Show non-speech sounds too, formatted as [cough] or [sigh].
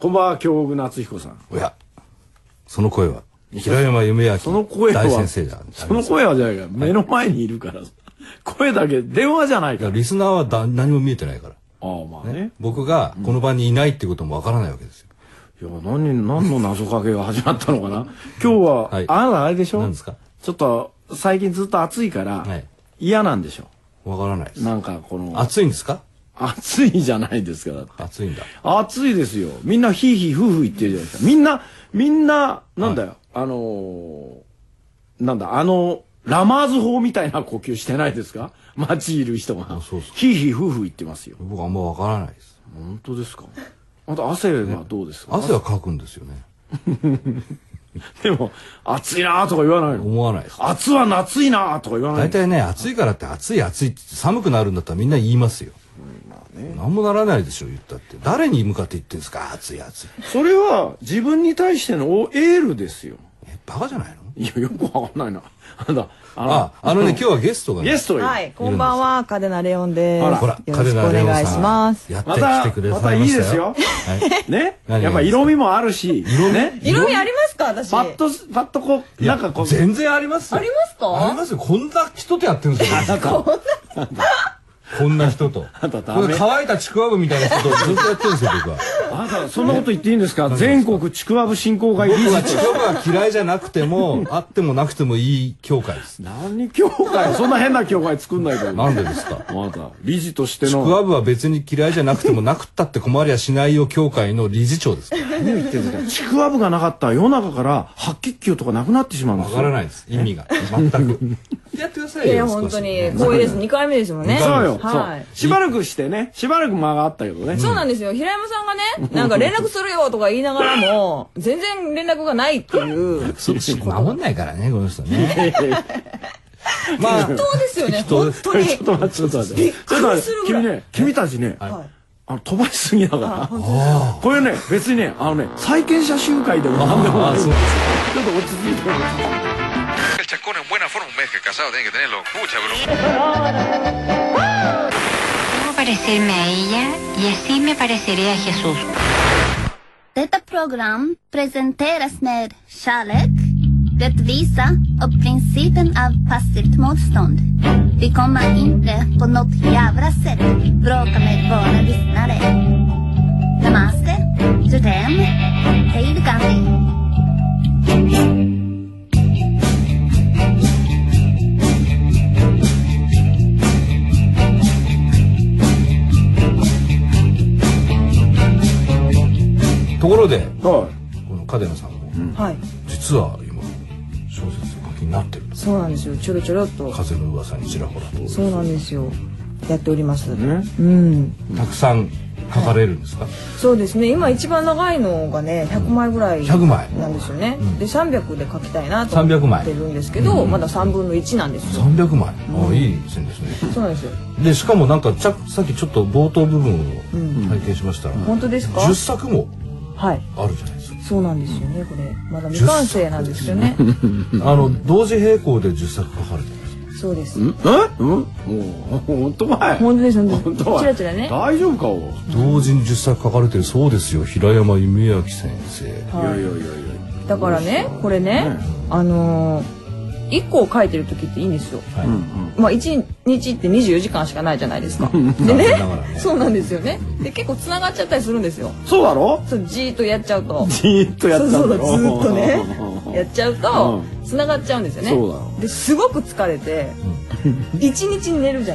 こんばんは、京極夏彦さん。おや、その声は、平山夢明その声は、大先生じゃありませんその声はじゃないから、目の前にいるから、 [laughs] 声だけ、電話じゃないいかやら。リスナーはだ何も見えてないから。ああ、まあね。僕がこの場にいないってこともわからないわけですよ。いや、何、何の謎かけが始まったのかな今日は、はいあなたあれでしょ何ですかちょっと、最近ずっと暑いから、はい嫌なんでしょわからないです。なんか、この、暑いんですか暑いじゃないですか、だって。暑いんだ。暑いですよ。みんなヒーヒーフーフー言ってるじゃないですか。みんな、みんな、なんだよ。あのーなんだ、あの、ラマーズ法みたいな呼吸してないですか街いる人が。あそうそうヒーヒーフーフー言ってますよ。僕あんまわからないです。本当ですかあと汗はどうですか、汗はかくんですよね。でも、暑いなーとか言わないの。思わないです。暑は夏いなーとか言わない大の。体ね、暑いからって暑い暑いって寒くなるんだったらみんな言いますよ。何もならないでしょ、言ったって。誰に向かって言ってんですか暑い暑い。それは自分に対してのおエールですよ。え、バカじゃないのいや、よくわかんないな。なんだ、ああ、あのね、今日はゲストがね。ゲストがいるはい、こんばんは、カデナレオンです。あらほら、よろしくお金田レオ願さんいします。やってきてくれさいましたよ。またはいね、何がやっぱ色味もあるし、ね、色味ありますか、私。パッとすパッとこうなんかこう全然ありますよありますかありますよこんな人とやってるんですよ [laughs] なんかこんな人とあんたダこメれ乾いたちくわぶみたいな人とずっとやってるんですよ僕はあなたそんなこと言っていいんですか全国ちくわぶ振興会理僕は事ちくわぶが嫌いじゃなくて [laughs] もあってもなくてもいい教会です何協会そんな変な協会作んないからなあんでですかなた理事としてちくのわぶは別に嫌いじゃなくてもなくったって困りゃしないよ教会の理事長ですから何を言ってるんですかちくわぶがなかったら世の中から白血球とかなくなってしまうんでわすからよないです意味が全く [laughs] やってくださいいよやいや、少本し当に光栄です。2回目ですもんね。そうよ、はそうしばらくしてねしばらく間があったけどねい。そうなんですよ。平山さんがね、なんか連絡するよとか言いながらも、全然連絡がないっていう。そ守んないからねこの人ねまあそうですよね、当で本す当にちょ。っと待ってちょっと待ってちょっとびっくり待すっるてぐら君いね君たちねはいあの飛ばしすぎだからこれね別にねあのね債権者集会でも何でもない [laughs] あちそょうっですと落ち着いてる El chacón en buena forma, un mes que casado tiene que tenerlo. Mucha broma. Debo parecerme a ella y así me pareceré a Jesús. Detta program presenteras med kärlek, rättvisa och principen av passivt motstånd. Vi kommer inte på något jävla sätt bråka med våra lyssnare. Namaste, to them, David Gandhi. ところではいこのカデナさんも、はい。実は今小説を書きになってるんですそうなんですよ。ちょろちょろっと。風の噂にちらほらとそうなんですよ。やっております。うん。たくさん書かれるんですか、そうですね。今一番長いのがね、100枚ぐらい。 100枚なんですよね。で、300で書きたいなと思300枚ってるんですけど、まだ3分の1なんですよ。 300枚、ああいい線ですねそうなんですよ。でしかもなんかちゃさっきちょっと冒頭部分を拝見しましたら、本当ですか。 10作もはい。あるじゃないですか、そうなんですよね。これまだ未完成なんですよね。あの同時並行で10作書かれてるんですそうです。えうんもう本当かい本当です。本当かいちらちらね。大丈夫かお同時に10作書かれてるそうですよ平山夢明先生いやいやいやいやだからね、これね、あのー、1個を書いてる時っていいんですよ。まあ1日って24時間しかないじゃないですか。でねだからね、そうなんですよね。で結構繋がっちゃったりするんですよ。そうだろそうじーっとやっちゃうと。じーっとやっちゃそううそうだずろーっと [laughs] ねやっちゃうとう繋がっちゃうんですよねそうだよですごく疲れて一日寝るじゃない